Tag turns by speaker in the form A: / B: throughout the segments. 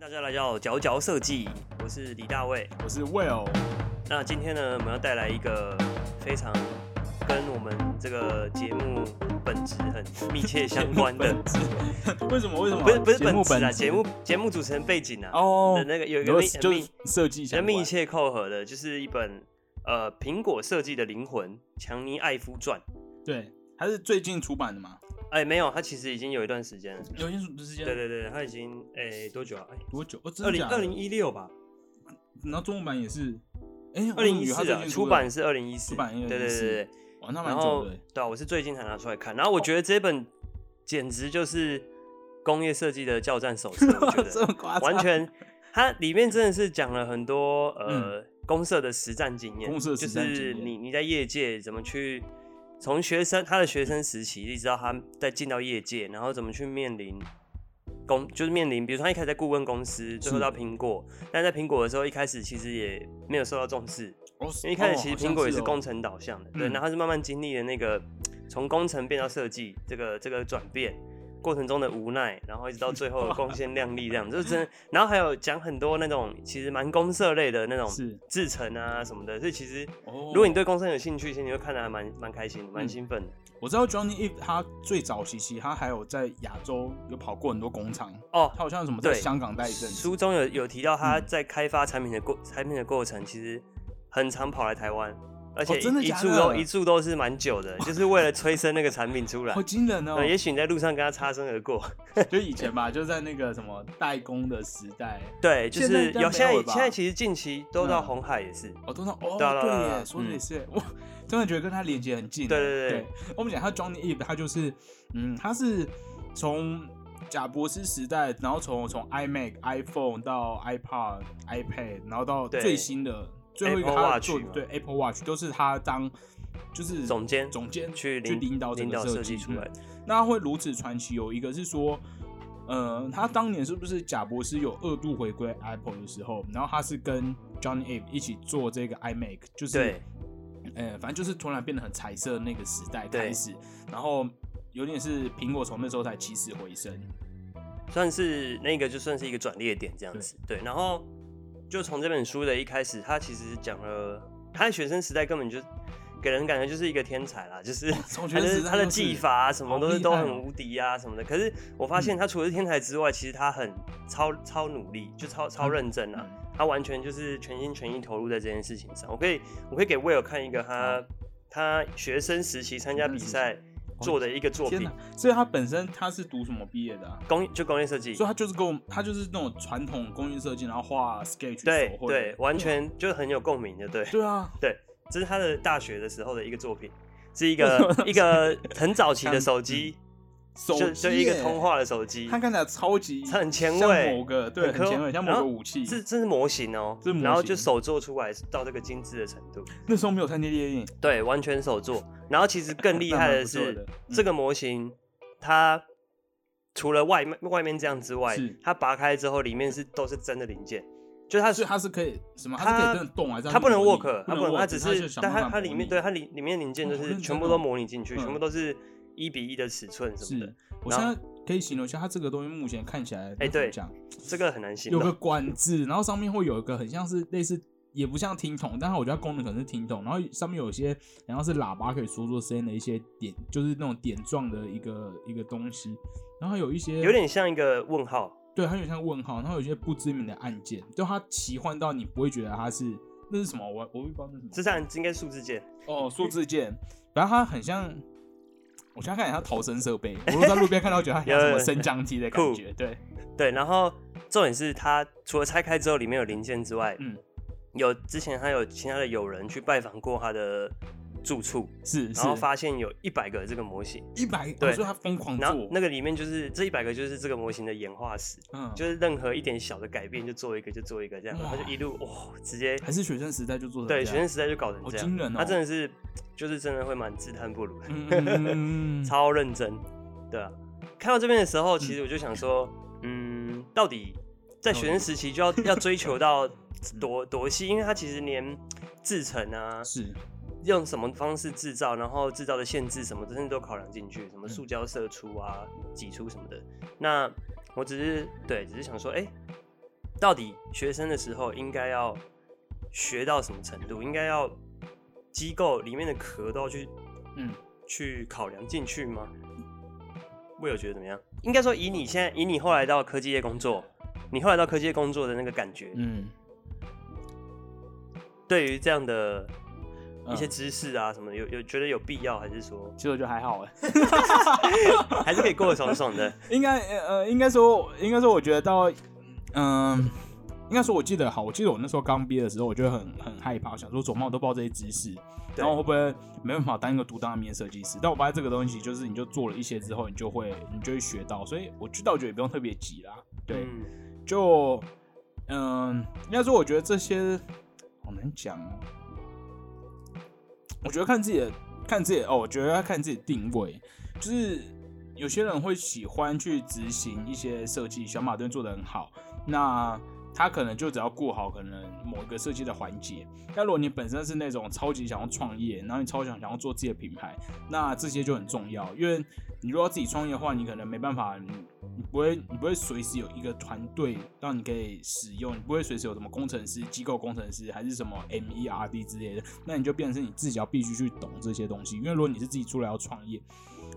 A: 大家来到佼佼设计，我是李大卫。
B: 我是 Will，
A: 那今天呢，我们要带来一个非常跟我们这个节目本质很密切相关 的，
B: 为什么？为什么？
A: 不是不是
B: 节
A: 本
B: 目
A: 质啊，
B: 本
A: 节目节目主持人背景啊，
B: 哦
A: 的，那个有一
B: 你
A: 个
B: 说
A: 密
B: 就
A: 密
B: 是设计相
A: 人密
B: 关，
A: 切扣合的，就是一本呃苹果设计的灵魂——强尼艾夫传。
B: 对，它是最近出版的嘛？
A: 哎，没有，它其实已经有一段时间了。
B: 有些时间
A: 对对对，它已经哎多久啊？哎，
B: 多久？哦，真
A: 二
B: 的
A: 零
B: 假的
A: 二零，一六吧，
B: 然后中文版也是，哎，
A: 二零
B: 我
A: 一
B: 以为它
A: 四
B: 最
A: 啊，
B: 近
A: 出
B: 的
A: 版，是二零一四，
B: 出版
A: 对
B: 2014
A: 对对对。
B: 哇，那蛮
A: 然
B: 久欸
A: 后
B: 的，
A: 对啊，我是最近才拿出来看，然后我觉得这本简直就是工业设计的教战 手册，我 觉
B: 这
A: 得
B: 么夸张，
A: 完全它里面真的是讲了很多呃、公社的实战经验，
B: 嗯公社
A: 就
B: 实战经
A: 是
B: 验
A: 你你在业界怎么去从学生他的学生时期一直到他在进到业界，然后怎么去面临。公就是面临，比如说他一开始在顾问公司，最后
B: 是
A: 到苹果，但在苹果的时候，一开始其实也没有受到重视，
B: 哦，
A: 因为一开始
B: 哦
A: 其实
B: 好
A: 苹
B: 像
A: 果也是
B: 哦
A: 工程导向的，对，
B: 嗯
A: 然后它是慢慢经历了那个从工程变到设计这个这个转变过程中的无奈，然后一直到最后的光鲜亮丽这样，就是真 的。然后还有讲很多那种其实蛮公社类的那种
B: 是
A: 制成啊什么的，所以其实
B: 哦
A: 如果你对公社有兴趣，其实你会看得还蛮蛮开心的，蛮
B: 嗯
A: 兴奋的。
B: 我知道 Johnny Ive 他最早期期他还有在亚洲有跑过很多工厂，
A: 哦
B: 他，好像什么在
A: 对
B: 香港待一阵子，
A: 书中有有提到他
B: 嗯
A: 在开发产品的过产品的过程，其实很常跑来台湾。而且一,、
B: 哦真的
A: 一
B: 假
A: 住
B: 的
A: 都一住都是蛮久的，就是为了催生那个产品出来
B: 好。惊人哦
A: 呃，！也许你在路上跟他擦身而过，
B: 就以前吧，就在那个什么代工的时代，
A: 对，就
B: 现在
A: 是
B: 应该
A: 有
B: 没
A: 现在
B: 有了吧
A: 现在其实近期都到
B: 嗯
A: 红海也是，
B: 哦，通常哦，
A: 对啊对啊对
B: 对
A: 啊
B: 耶，说的也是耶，我真的觉得跟他连接很近耶。
A: 对对对
B: 对，我们讲他 Johnny Ive，他就是，嗯，他是从贾博士时代，然后从从 iMac、iPhone 到 iPod、iPad，然后到
A: 对
B: 最新的最后一个
A: Apple
B: 他
A: Watch
B: 做
A: 嘛
B: 对 Apple Watch 都是他当就是
A: 总监
B: 总监
A: 去
B: 去
A: 领
B: 领导整
A: 领
B: 个
A: 导
B: 设
A: 计
B: 计
A: 出来
B: 嗯。那他会如此传奇，有一个是说。呃，他当年是不是贾博士有二度回归 Apple 的时候，然后他是跟 John Ive 一起做这个 iMac，就是
A: 对，
B: 呃，反正就是突然变得很彩色的那个时代
A: 对
B: 开始，然后有点是苹果从那时候才起死回生。
A: 嗯算是那个就算是一个转捩点这样子。对，然后就从这本书的一开始，他其实讲了他在学生时代根本就给人感觉就是一个天才啦，就是
B: 从
A: 他
B: 学
A: 就是
B: 生时代
A: 他的
B: 就是
A: 技法啊什么
B: 好
A: 都是
B: 厉
A: 都
B: 害
A: 很
B: 哦嗯
A: 无敌啊什么的。可是我发现他除了是天才之外，其实他很超超努力，就超超
B: 嗯
A: 认真啊。
B: 嗯，
A: 他完全就是全心全意投入在这件事情上。我可以，我可以给 Will 看一个他他学生时期参加比赛做的一个作
B: 哦天
A: 品
B: 哪，！所以他本身他是读什么毕业的、啊？
A: 工就工业设计
B: 所以。他就是跟我们，他就是那种传统工业设计，然后画 sketch
A: 对
B: 手绘
A: 对，完全就很有共鸣的，对，
B: 对啊，
A: 这是他的大学的时候的一个作品，是一个 一个很早期的手机，
B: 嗯手
A: 就
B: 机
A: 就一个
B: 耶
A: 通话的手机，
B: 他看起来超级
A: 它很前
B: 像
A: 卫
B: 某个对
A: 很
B: 很
A: 科
B: 前卫，像某
A: 然
B: 个
A: 后
B: 武器。
A: 这这是模型哦
B: 这是模，型
A: 然后就手做出来到这个精致的程度，
B: 那时候没有看电影，
A: 对，完全手做。然后其实更厉害
B: 那蛮
A: 的
B: 不错
A: 是
B: 的，嗯
A: 这个模型它除了外面外面这样之外
B: 是，
A: 它拔开之后里面是都是真的零件，就它是
B: 所以他是可以什么？
A: 它
B: 他是可以真的动啊还是
A: 它不能
B: 模拟
A: work，它
B: 不能 work，
A: 它只
B: 就是想
A: 但
B: 办
A: 它它
B: 法模
A: 里面
B: 拟
A: 对它里里面零件就
B: 哦好
A: 是
B: 认真
A: 全部都
B: 哦
A: 模拟进去，
B: 嗯
A: 全部都是一比一的尺寸什么的
B: 是，，我
A: 然
B: 现
A: 后
B: 在可以形容一下，它这个东西目前看起来，
A: 哎
B: 哎，
A: 对
B: 讲
A: 这个很难形
B: 有个
A: 容。
B: 管子，然后上面会有一个很像是类似，也不像听筒，但是我觉得它功能可能是听筒，然后上面有一些然后是喇叭可以说出声音的一些点，就是那种点状的一个一个东西，然后还有一些
A: 有点像一个问号，
B: 对，它有点像问号，然后有一些不知名的按键，就它奇幻到你不会觉得它是那是什么，我我也不知道那是什么，
A: 这是按应该数字键，
B: 哦，数字键，反正它很像，我现在看起来像逃生设备，我如果在路边看 到，觉得它很像什么升降梯的感觉，对，
A: 对。然后重点是它除了拆开之后里面有零件之外，
B: 嗯，
A: 有之前还有其他的友人去拜访过他的住处，
B: 是是
A: 然，后发现有一百个这个模型，
B: 一百，
A: 对
B: 我说它疯狂
A: 然后
B: 做，
A: 那个里面就是这一百个就是这个模型的演化史，
B: 哦嗯，
A: 就是任何一点小的改变就做一个就做一个这样，
B: 哇
A: 他就一路哇、直接
B: 还是学生时代就做成
A: 对
B: 这
A: 学生
B: 样
A: 时代就搞成
B: 好
A: 这
B: 惊
A: 样，
B: 人哦，
A: 他真的是就是真的会蛮自叹不如 的，
B: 嗯，嗯嗯嗯嗯
A: 超认真，对啊。看到这边的时候，其实我就想说，嗯，到底嗯在学生时期 就要要追求到多多细，因为他其实连制成啊，
B: 是
A: 用什么方式制造，然后制造的限制什么，真的都考量进去，什么塑胶射出啊、挤出什么的。那我只是对，只是想说，哎、到底学生的时候应该要学到什么程度，应该要机构里面的壳都要去
B: 嗯，
A: 去考量进去吗？我有觉得怎么样？应该说以你现在以你后来到科技业工作，你后来到科技业工作的那个感觉，
B: 嗯，
A: 对于这样的
B: 嗯
A: 一些知识啊什么的，有有觉得有必要，还是说
C: 其实我觉得还
B: 欸
C: 好哎，
A: 还是可以过得爽爽 的？
B: 应该呃呃，应该说，应该说，我觉得到，嗯、应该说，我记得好，我记得我那时候刚毕业的时候，我就很很害怕，我想说怎么办我都不知道这些知识，
A: 对
B: 然后会不会没办法当一个独当一面设计师？但我发现这个东西就是，你就做了一些之后，你就会你就会学到，所以我知道，我觉得也不用特别急啦。对，
A: 嗯
B: 就嗯，应该说，我觉得这些好难讲哦。我觉得看自己的，看自己的哦，我觉得要看自己的定位，就是有些人会喜欢去执行一些设计，小马顿做的很好，那他可能就只要顾好可能某一个设计的环节。但如果你本身是那种超级想要创业，然后你超想想要做自己的品牌，那这些就很重要，因为你如果要自己创业的话，你可能没办法，你你不会你不会随时有一个团队让你可以使用，你不会随时有什么工程师、机构工程师还是什么 MERD 之类的，那你就变成是你自己要必须去懂这些东西，因为如果你是自己出来要创业。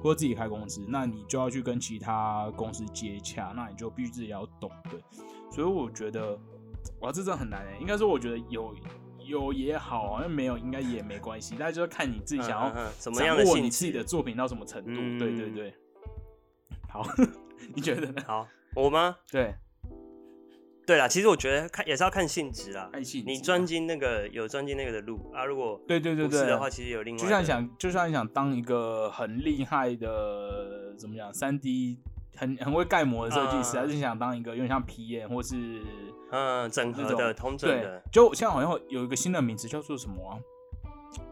B: 或者自己开公司，那你就要去跟其他公司接洽，那你就必须自己要懂，对。所以我觉得，哇，这真的很难诶、欸应该说，我觉得有有也好，好像没有应该也没关系，但就是看你自己想要
A: 嗯嗯嗯什
B: 掌
A: 么样的
B: 握
A: 性
B: 你自己
A: 质
B: 的作品到什么程度。
A: 嗯
B: 对对对， 好， 你 觉得呢？
A: 好，我吗？
B: 对，
A: 对啦，其实我觉得看也是要看性质啦。
B: 爱信
A: 你专精那个有专精那个的路啊，如果
B: 啊对对对
A: 不是
B: 对
A: 的话，其实有另外
B: 就
A: 的
B: 像想，就像想当一个很厉害的怎么讲，三 D 很很会盖模的设计师，
A: 嗯
B: 还是想当一个有点像皮眼或是
A: 嗯整
B: 那
A: 合
B: 种
A: 的通整
B: 对
A: 的，，
B: 就现在好像有一个新的名词叫做什么啊、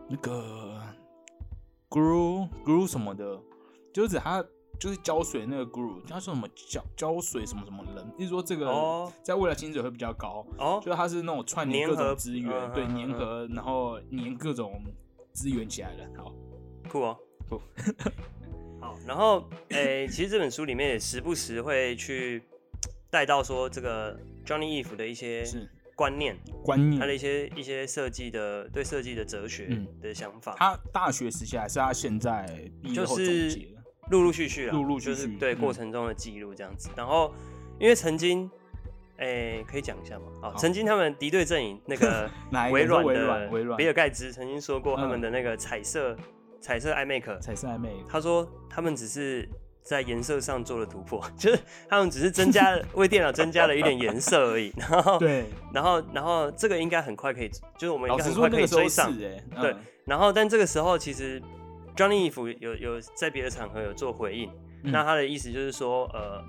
B: 那个 glue glue 什么的，就是指它就是胶水那个 glue，它说什么胶胶水什么什么人，意思说这个
A: 哦
B: 在未来薪水会比较高，
A: 哦
B: 就是它是那种串联
A: 粘
B: 各
A: 合
B: 种资源，
A: 嗯
B: 对，
A: 嗯
B: 粘
A: 嗯
B: 合，然后粘各种资源起来的。好，
A: 酷哦
B: 酷。
A: 好，然后诶、其实这本书里面也时不时会去带到说这个 Johnny Eve 的一些
B: 是嗯
A: 观念，
B: 观
A: 他的
B: 念，
A: 一些一些设计的对设计的哲学
B: 嗯
A: 的想法，
B: 他大学时期还是他现在毕业
A: 就
B: 后总
A: 是
B: 结的，
A: 陆陆续续啦，
B: 陆陆续
A: 就是
B: 续
A: 对
B: 嗯
A: 过程中的记录这样子。然后因为曾经，诶、可以讲一下吗？好，
B: 好
A: 曾经他们敌对阵营那个
B: 哪一个
A: 微软
B: 微软
A: 的
B: 微软
A: 比尔盖茨曾经说过他们
B: 嗯
A: 的那个彩色、彩色 iMac，
B: 才是暧昧。
A: 他说他们只是在颜色上做了突破， 就是他们只是增加了为电脑增加了一点颜色而已。然后，
B: 对，
A: 然后，然后这个应该很快可以，就是我们应
B: 老
A: 该
B: 实
A: 很
B: 说
A: 快
B: 那
A: 可以
B: 个时候
A: 追
B: 是
A: 上。
B: 哎、嗯
A: 对，然后，但这个时候其实 Johnny Eve 有有在别的场合有做回应，
B: 嗯
A: 那他的意思就是说，呃，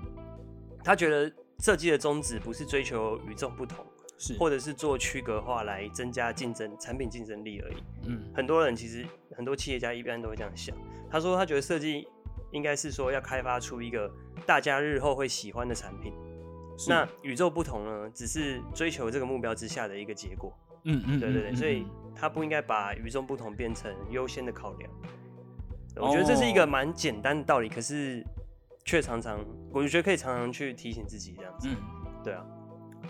A: 他觉得设计的宗旨不是追求与众不同，
B: 是
A: 或者是做区隔化来增加竞争产品竞争力而已。
B: 嗯
A: 很多人其实很多企业家一般都会这样想，他说他觉得设计应该是说要开发出一个大家日后会喜欢的产品。
B: 是
A: 那与众不同呢，只是追求这个目标之下的一个结果。
B: 嗯嗯，
A: 对对对，
B: 嗯
A: 所以他不应该把与众不同变成优先的考量。我觉得这是一个
B: 哦
A: 蛮简单的道理，可是却常常，我觉得可以常常去提醒自己这样子。
B: 嗯，
A: 对啊，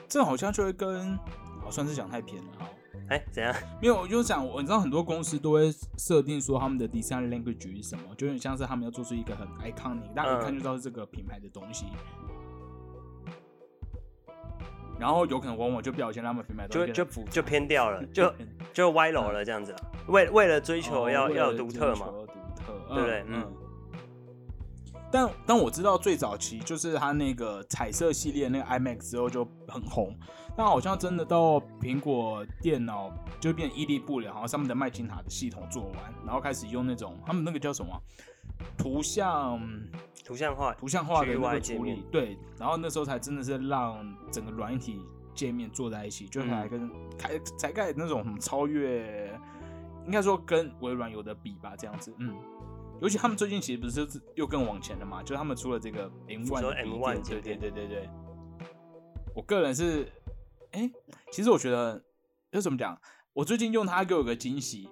B: 这好像就会跟好算是讲太偏了。好，
A: 哎，怎样？
B: 没有，我就讲，我你知道很多公司都会设定说他们的 design language 是什么，就有点像是他们要做出一个很 iconic，大家
A: 嗯
B: 一看就知道是这个品牌的东西。然后有可能往往就表现他们品牌的
A: 就
B: 东西
A: 就
B: 变得
A: 就偏掉 了，就
B: 变得
A: 就歪楼了这样子啦。啊为为了追求
B: 哦
A: 要
B: 为
A: 要
B: 了
A: 有独
B: 追
A: 特
B: 求
A: 嘛，
B: 要独特，
A: 对不对
B: 嗯
A: 嗯
B: 嗯。但但我知道最早期就是它那个彩色系列那个 iMac 之后就很红，但好像真的到苹果电脑就变屹立不了，然后他们的麦金塔的系统做完，然后开始用那种他们那个叫什么啊图像
A: 图像化
B: 图像化的那
A: GUI
B: 个
A: 界
B: 处理
A: 面，
B: 对，然后那时候才真的是让整个软体界面坐在一起，就
A: 嗯
B: 才跟才才盖那种什么超越，应该说跟微软有的比吧，这样子，嗯。尤其他们最近其实不是又更往前了嘛，就是他们出了这个 M
A: 说
B: One
A: M1
B: 对
A: 晶
B: 对
A: 片
B: 对对对。我个人是，哎、其实我觉得，就怎么讲，我最近用它给我有个惊喜，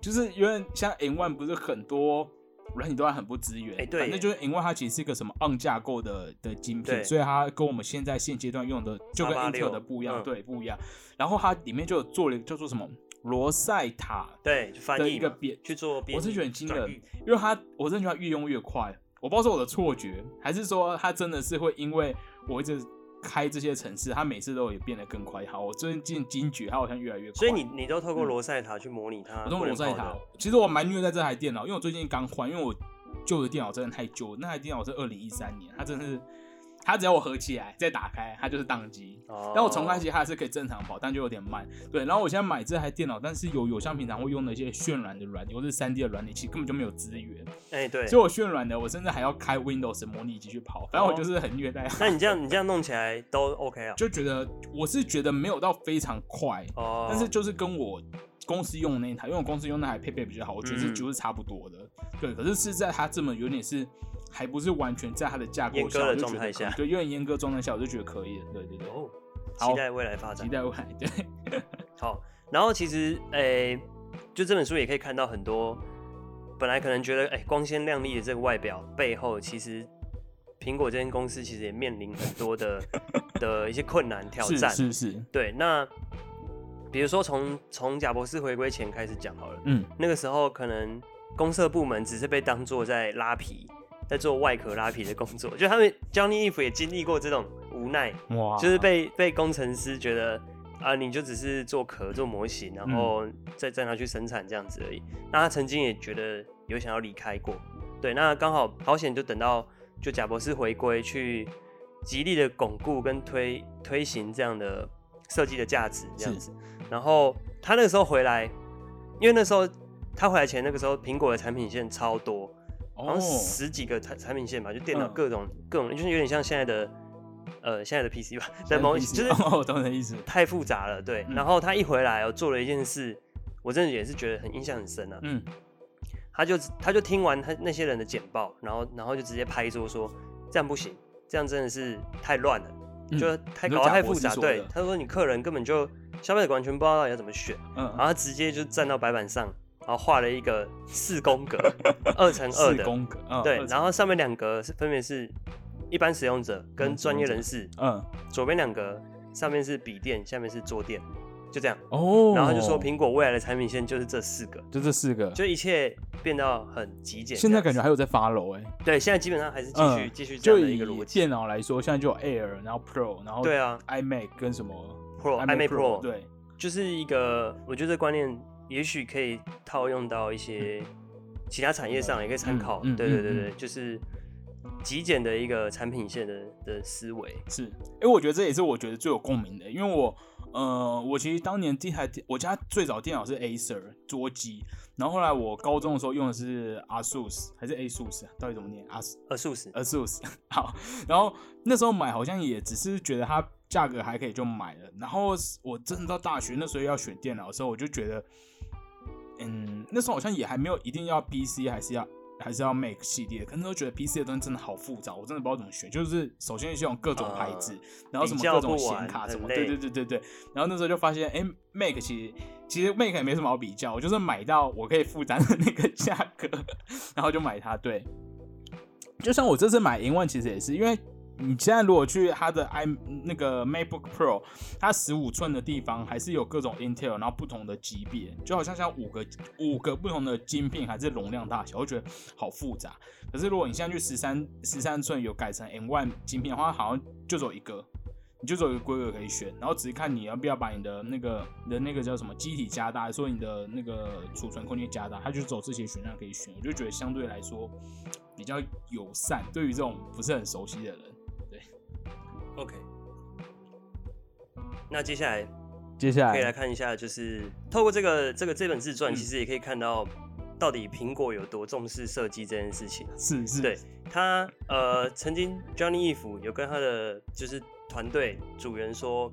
B: 就是因为像 M One 不是很多软体都还很不支援。
A: 哎对
B: 反
A: 耶
B: 正就是因为它其实是一个什么 on 架构的的晶片，
A: 对
B: 所以它跟我们现在现阶段用的就跟
A: 886
B: Intel 的不一
A: 嗯
B: 样，对，不一样。然后它里面就有做了叫做什么罗塞塔，
A: 对，就翻
B: 的
A: 译
B: 一个
A: 嘛
B: 变
A: 去做编译，
B: 我是觉得很惊
A: 转
B: 人
A: 译，
B: 因为它我真的觉得它越用越快。我不知道是我的错觉，还是说它真的是会因为我一直开这些城市，它每次都也变得更快。好，我最近惊觉它好像越来越快。
A: 所以你你都透过
B: 嗯
A: 罗塞塔去模拟它，
B: 我用
A: 不
B: 罗
A: 能
B: 塞
A: 跑
B: 塔
A: 的，
B: 其实我蛮虐待这台电脑，因为我最近刚换，因为我旧的电脑真的太旧，那台电脑是二零一三年，它真的是，它只要我合起来再打开，它就是宕机。
A: 哦
B: 但我重开其实它还是可以正常跑，但就有点慢。对，然后我现在买这台电脑，但是有有像平常会用的一些渲染的软体或是三 D 的软体，其实根本就没有资源，
A: 哎对，
B: 所以我渲染的我甚至还要开 Windows 的模拟机去跑，反正我
A: 哦
B: 就是很虐待它，
A: 那你这样你这样弄起来都 OK 啊？
B: 就觉得我是觉得没有到非常快，
A: 哦，
B: 但是就是跟我公司用的那一台，因为我公司用那台配备比较好，我觉得是
A: 嗯
B: 就是差不多的。对，可是是在它这么有点是还不是完全在它的架构
A: 阉割
B: 下，
A: 的
B: 我就
A: 状
B: 觉得
A: 态
B: 可以
A: 下
B: 对，有点阉割状态下，我就觉得可以了。对对对，
A: 哦，
B: 好
A: 期待未来发展
B: 期。待未来。对，
A: 好，然后其实诶、就这本书也可以看到很多本来可能觉得诶、光鲜亮丽的这个外表背后，其实苹果这间公司其实也面临很多 的的一些困难挑
B: 是
A: 战。
B: 是是，
A: 对，那比如说从从贾博士回归前开始讲好了，
B: 嗯，
A: 那个时候可能公社部门只是被当做在拉皮，在做外壳拉皮的工作，就他们 Johnny Eve 也经历过这种无奈，
B: 哇，
A: 就是被被工程师觉得啊，你就只是做壳、做模型，然后再再拿去生产这样子而已。那他曾经也觉得有想要离开过，对，那刚好好险就等到就贾博士回归，去极力的巩固跟推推行这样的设计的价值这样子。然后他那个时候回来，因为那时候他回来前，那个时候苹果的产品线超多，好像，
B: 哦
A: 十几个产产品线吧，就电脑
B: 嗯
A: 各种、各种，就是有点像现在的呃现在的 PC 吧，在某
B: 意思
A: 就是
B: 哦，我懂你的意思。
A: 太复杂了，对。
B: 嗯
A: 然后他一回来，我做了一件事，我真的也是觉得很印象很深啊。
B: 嗯，
A: 他就他就听完他那些人的简报，然后然后就直接拍桌说这样不行，这样真的是太乱了，
B: 嗯
A: 就太
B: 你说
A: 搞得
B: 贾
A: 太
B: 博
A: 复
B: 士
A: 杂。
B: 说
A: 对
B: 的，
A: 他说你客人根本就消费者完全不知道要怎么选。
B: 嗯
A: 然后他直接就站到白板上，然后画了一个四宫格， 二乘二
B: 四
A: 的，
B: 宫格，嗯，
A: 对
B: 二，
A: 然后上面两格是分别是一般使用者跟
B: 嗯
A: 专业
B: 使用者
A: 人士，
B: 嗯，
A: 左边两格上面是笔电，下面是桌垫，就这样。
B: 哦，
A: 然后他就说苹果未来的产品线就是这四个，
B: 就这四个，
A: 就一切变到很极简这样子。
B: 现在感觉还有在发楼哎。
A: 对，现在基本上还是继续
B: 嗯
A: 继续这
B: 就
A: 样的一个
B: 以
A: 逻辑。
B: 电脑来说，现在就有 Air，然后 Pro，然后
A: 对啊
B: iMac 跟什么
A: ，Pro iMac Pro
B: 对，
A: 就是一个，我觉得这观念也许可以套用到一些其他产业上，也可以参考。
B: 嗯嗯
A: 对对对对，
B: 嗯
A: 就是极简的一个产品线的的思维。
B: 是，因为我觉得这也是我觉得最有共鸣的，因为我，呃，我其实当年第一台电，我家最早电脑是 Acer 桌机，然后后来我高中的时候用的是 ASUS 还是 ASUS 啊？到底怎么念？AS
A: 呃，素食
B: ASUS 好，然后那时候买好像也只是觉得它价格还可以就买了，然后我真的到大学那时候要选电脑的时候，我就觉得，嗯，那时候好像也还没有一定要 PC 还是要。还是要 Mac 系列，可是我觉得 PC 的东西真的好复杂，我真的不知道怎么选。就是首先是用各种牌子，然后什么
A: 比较
B: 各种
A: 不
B: 显
A: 完
B: 卡什
A: 很
B: 么，
A: 累
B: 对对对对对。然后那时候就发现，哎、m a c 其实其实 Mac 也没什么好比较，我就是买到我可以负担的那个价格，然后就买它。对，就像我这次买银万，其实也是因为。你现在如果去它的 i 那个 MacBook Pro，它十五寸的地方还是有各种 Intel，然后不同的级别，就好像像五个五个不同的晶片还是容量大小，我觉得好复杂。可是如果你现在去十三十三寸有改成 M One 晶片的话，好像就只有一个，你就只有一个规格可以选，然后只是看你要不要把你的那个你的那个叫什么机体加大，所以你的那个储存空间加大，它就走这些选项可以选。我就觉得相对来说比较友善，对于这种不是很熟悉的人。
A: OK。那接下来
B: 接下
A: 可以来看一下，就是透过这个这个这本自传，
B: 哎嗯
A: 其实也可以看到到底苹果有多重视设计这件事情。啊
B: 是是，
A: 对他呃，曾经 Johnny Eve 有跟他的就是团队组员说，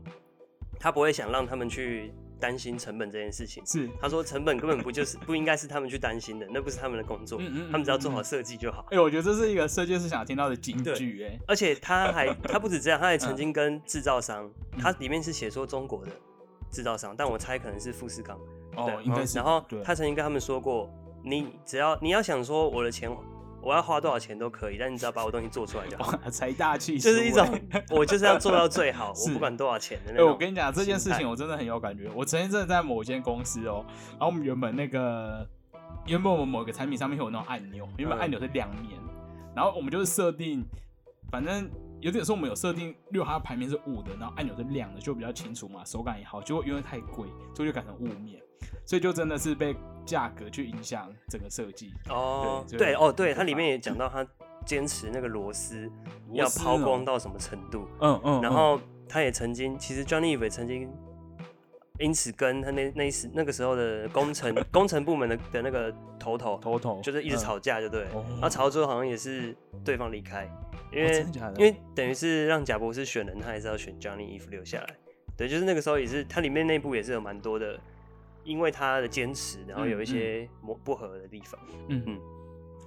A: 他不会想让他们去担心成本这件事情。
B: 是。
A: 他说成本根本不就是不应该是他们去担心的，那不是他们的工作，
B: 嗯嗯嗯
A: 他们只要做好设计就好。
B: 哎、我觉得这是一个设计师想听到的金
A: 对
B: 句、哎，
A: 而且他 还他不止这样，他还曾经跟制造商，
B: 嗯
A: 他里面是写说中国的制造商，但我猜可能是富士康。
B: 哦，
A: 对
B: 应该
A: 嗯
B: 是。
A: 然后
B: 对
A: 他曾经跟他们说过，你只要你要想说我的钱我要花多少钱都可以，但你只要把我东西做出来 就好。
B: 哇，财大气
A: 就
B: 粗欸，
A: 是一种我就是要做到最 好，我
B: 是
A: 不管多少钱的那
B: 哎、
A: 种。
B: 我跟你讲这件事
A: 心
B: 情，
A: 态
B: 我真的很有感觉。我曾经真的在某间公司哦，然后我们原本那个原本我们某个产品上面会有那种按钮，原本
A: 嗯
B: 按钮是两面，然后我们就是设定，反正有点说我们有设定六，它的牌面是五的，然后按钮是亮的，就比较清楚嘛，手感也好。结果因为太贵，所以就改成雾面，所以就真的是被价格去影响整个设计。
A: 哦，
B: 对
A: 对
B: 就
A: 哦，对，
B: 就
A: 它里
B: 把
A: 面也讲到他坚持那个螺丝
B: 螺
A: 要
B: 丝
A: 抛
B: 哦
A: 光到什么程度，
B: 嗯嗯
A: 然后他也曾经，其实 Johnny 也曾经因此跟他那那时那个时候的工程 工程部门的的那个头头，
B: 头头
A: 就是一直吵架，就对了，
B: 哦
A: 然后吵到最后好像也是对方离开，因
B: 哦
A: 为
B: 真的假的
A: 因为等于是让贾博士选人，他还是要选 Johnny 衣服留下来，对，就是那个时候也是它里面内部也是有蛮多的，因为他的坚持，然后有一些磨不合的地方，
B: 嗯
A: 嗯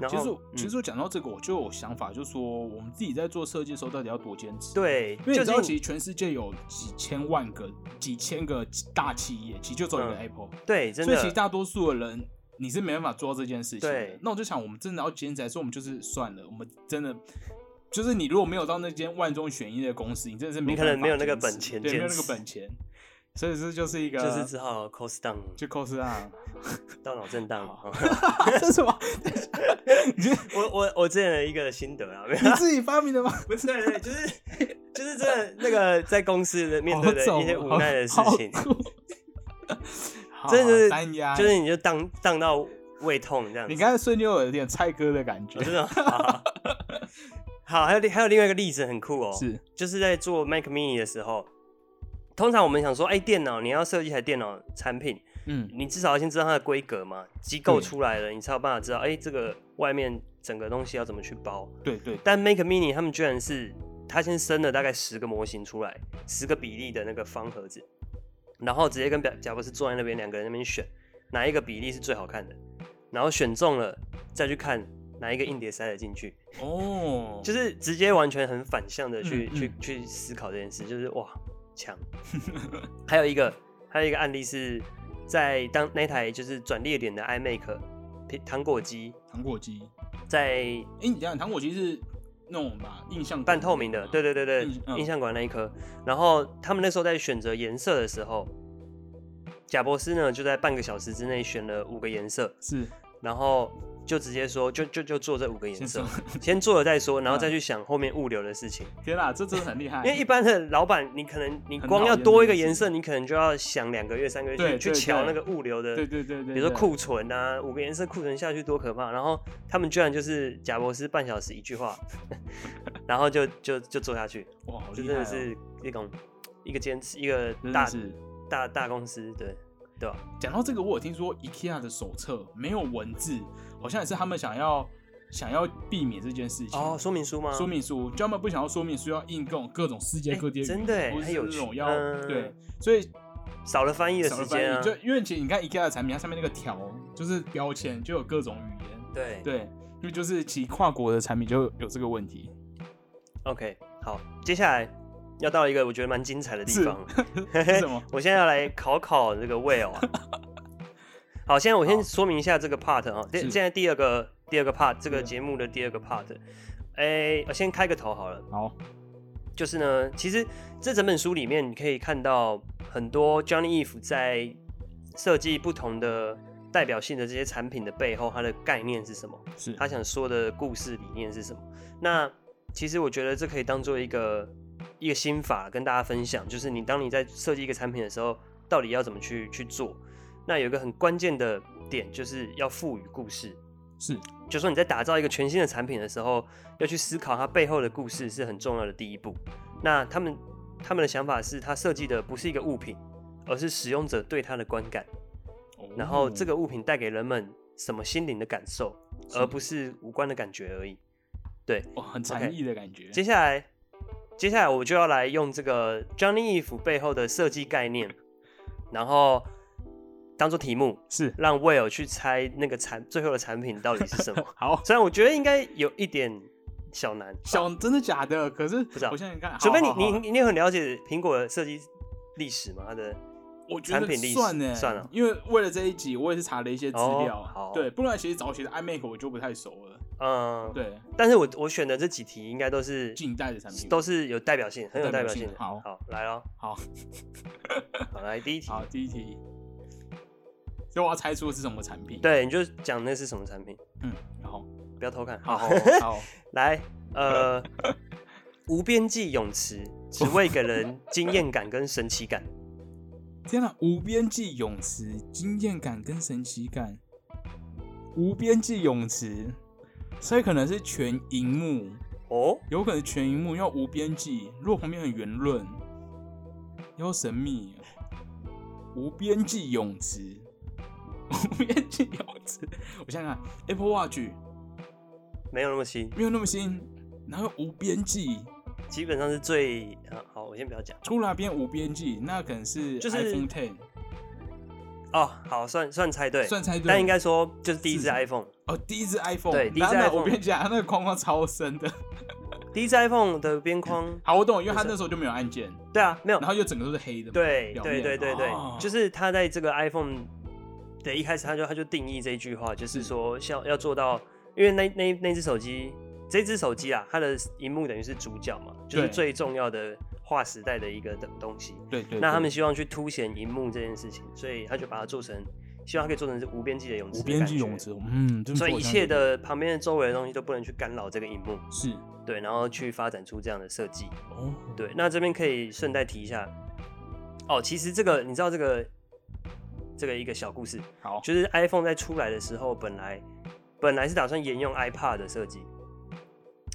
A: 然
B: 其实
A: 后
B: 我，其
A: 嗯
B: 实我讲到这个，我就有想法，就是说我们自己在做设计的时候，到底要多坚持？，
A: 对，
B: 因为你知道，
A: 就是
B: 其实全世界有几千万个、几千个大企业，其实就只有一个
A: 嗯
B: Apple，、
A: 对，真
B: 所以其实
A: 的
B: 大多数的人你是没办法做到这件事情的
A: 对。
B: 那我就想，我们真的要坚持，还是我们就是算了，我们真的。就是你如果没有到那间万中选一的公司，你真的是没
A: 你可能
B: 办法
A: 没有那个
B: 坚持
A: 本钱
B: 对，没有那个
A: 坚持
B: 本钱，所以这就是一个
A: 就是只好 cost down，
B: 就 cos 啊，
A: 大脑震荡。
B: 好
A: 哦
B: 这是什么？你这
A: 我我我之前的一个心得啊，没 有
B: 你自己发明的吗？
A: 不是对对，就是就是这那个在公司的面对的
B: 好
A: 一些
B: 走
A: 无奈的事情，
B: 啊好 好
A: 真的是
B: 单压，
A: 就是你就荡荡到胃痛这样子。
B: 你刚才瞬间有点蔡哥的感觉
A: 我，真的好好，好还有另还有另外一个例子很酷哦，
B: 是
A: 就是在做 Mac Mini 的时候，通常我们想说，哎、电脑你要设计一台电脑产品，
B: 嗯
A: 你至少要先知道它的规格嘛，机构
B: 对
A: 出来了，你才有办法知道，哎、这个外面整个东西要怎么去包。
B: 对对对
A: 但 Make Mini 他们居然是他先生了大概十个模型出来，十个比例的那个方盒子，然后直接跟贾贾博士坐在那边，两个人在那边选哪一个比例是最好看的，然后选中了再去看哪一个硬碟塞得进去，
B: 哦，
A: 就是是直接完全很反向的去、
B: 嗯
A: 去去思考这件事，就是哇强。 还有一个还有一个案例是在当那台就是转列点的 iMac 苹糖果机
B: 糖果机。
A: 在
B: 哎，你讲糖果机是那种吧，印象
A: 半透明的，对对对对
B: 印，嗯
A: 印象馆那一颗。然后他们那时候在选择颜色的时候，贾博士呢就在半个小时之内选了五个颜色，
B: 是
A: 然后就直接说就就就做这五个颜
B: 先
A: 色
B: 说，
A: 先做了再说，然后
B: 嗯
A: 再去想后面物流的事情。
B: 天哪，这真的很厉害，
A: 因为一般的老板，你可能你
B: 很
A: 光
B: 讨
A: 要
B: 厌
A: 多
B: 这
A: 一个
B: 件
A: 颜
B: 事
A: 色，你可能就要想两个月、三个
B: 对
A: 月去去
B: 对
A: 瞧那
B: 对
A: 个物流的
B: 对对对对，
A: 比如说
B: 对，
A: 库存啊，五个颜色库存下去多可怕！然后他们居然就是贾博士半小时一句话， 然后就就就做下去，
B: 哇，好
A: 这
B: 厉
A: 真
B: 害
A: 的
B: 哦，
A: 是一种一个坚持，一个
B: 真的
A: 大
B: 是。
A: 大大公司，对对吧？
B: 讲到这个，我有听说 IKEA 的手册没有文字，好像也是他们想要想要避免这件事情。
A: 哦，说明书吗？
B: 说明书，就他们不想要说明书要印各种各种世界各地
A: 哎真
B: 的
A: 的哎
B: 语言，或
A: 很
B: 是
A: 有
B: 那
A: 趣
B: 种要、
A: 嗯
B: 对，所以
A: 少了翻译的
B: 少
A: 时
B: 了翻译、
A: 间啊，
B: 就因为其实你看 IKEA 的产品，它上面那个条就是标签就有各种语言，
A: 对
B: 对，因为就是其实跨国的产品就有这个问题。
A: OK，好，接下来要到一个我觉得蛮精彩的地
B: 是
A: 方了，
B: 是什么？
A: 我现在要来考考这个 Will 啊。好，现在我
B: 好
A: 先说明一下这个 part 啊，第
B: 是
A: 现在第二个第二个 part 这个
B: 是
A: 节目的第二个 part，哎、我先开个头好了，
B: 好，
A: 就是呢，其实这整本书里面你可以看到很多 Johnny Eve 在设计不同的代表性的这些产品的背后，它的概念是什么？
B: 是
A: 他想说的故事理念是什么。那其实我觉得这可以当做一个一个心法跟大家分享，就是你当你在设计一个产品的时候，到底要怎么去去做。那有一个很关键的点，就是要赋予故事。
B: 是
A: 就说你在打造一个全新的产品的时候，要去思考它背后的故事是很重要的第一步。那他们他们的想法是，它设计的不是一个物品，而是使用者对它的观感。然后
B: 哦
A: 这个物品带给人们什么心灵的感受，
B: 嗯是
A: 而不是无关的感觉而已。
B: 哦很禅
A: OK
B: 意的感觉。
A: 接下来，接下来我就要来用这个 Johnny Eve 背后的设计概念，然后当做题目，
B: 是。
A: 让 Will 去猜那个产最后的产品到底是什么
B: 好，
A: 虽然我觉得应该有一点小难，
B: 小真的假的？可是
A: 知道
B: 我现在看，
A: 除非你
B: 好好好
A: 你你你很了解苹果的设计历史嘛，它的
B: 我觉得
A: 产品历史
B: 算欸呢，
A: 算了
B: 因为为了这一集，我也是查了一些资料，
A: 哦好
B: 对，不然其实早期的 iMac 我就不太熟了。
A: 嗯，
B: 对，
A: 但是我我选的这几题应该都是
B: 近代的产品
A: 都是有代表性，很有代表性
B: 有代
A: 的。
B: 表性好
A: 好，来哦，
B: 好
A: 好来第一题，
B: 好，第一题，所以我要猜出是什么产品。，
A: 对，你就讲那是什么产品，
B: 嗯，好，
A: 不要偷看。
B: 好，好，好，
A: 来，呃， 无边际泳池，只为给人惊艳感跟神奇感。
B: 天哪！无边际泳池，惊艳感跟神奇感。无边际泳池，所以可能是全荧幕，
A: 哦，
B: 有可能是全荧幕，要无边际。如果旁边很圆润，要神秘。无边际泳池，无边际泳池。我想想看，Apple Watch
A: 没有那么新，
B: 没有那么新，然后无边际，
A: 基本上是最……啊、好，我先不要讲。
B: 出来变无边际，那可能是
A: 就是
B: iPhone Ten，
A: 哦，好，算算猜对，
B: 算猜对。
A: 但应该说就是第一
B: 是
A: 只 iPhone，
B: 哦，第一只 iPhone，
A: 对第一只
B: 然后那
A: iPhone
B: 我跟你讲，它那个框框超深的。
A: 第一只 iPhone 的边框，
B: 好，我懂了，因为它那时候就没有按键，
A: 对啊，没有
B: 嗯然，后就整个都是黑的嘛。
A: 对
B: 表
A: 对
B: 面
A: 对对对
B: 哦，
A: 就是他在这个 iPhone 的一开始，他就他就定义这一句话，就是
B: 是
A: 说要要做到，因为那那那只手机，这只手机啊，它的荧幕等于是主角嘛，就是
B: 对
A: 最重要的划时代的一个等东西。
B: 对对。
A: 那他
B: 对
A: 们希望去凸显荧幕这件事情，所以他就把它做成，希望它可以做成是无边际的泳池，
B: 无边际泳，池，嗯，这么
A: 所以
B: 做
A: 一
B: 像
A: 切
B: 有
A: 的旁边的周围的东西都不能去干扰这个荧幕，
B: 是
A: 对，然后去发展出这样的设计。
B: 哦，
A: 对，那这边可以顺带提一下，哦，其实这个你知道这个这个一个小故事，
B: 好，
A: 就是 iPhone 在出来的时候，本来本来是打算沿用 iPad 的设计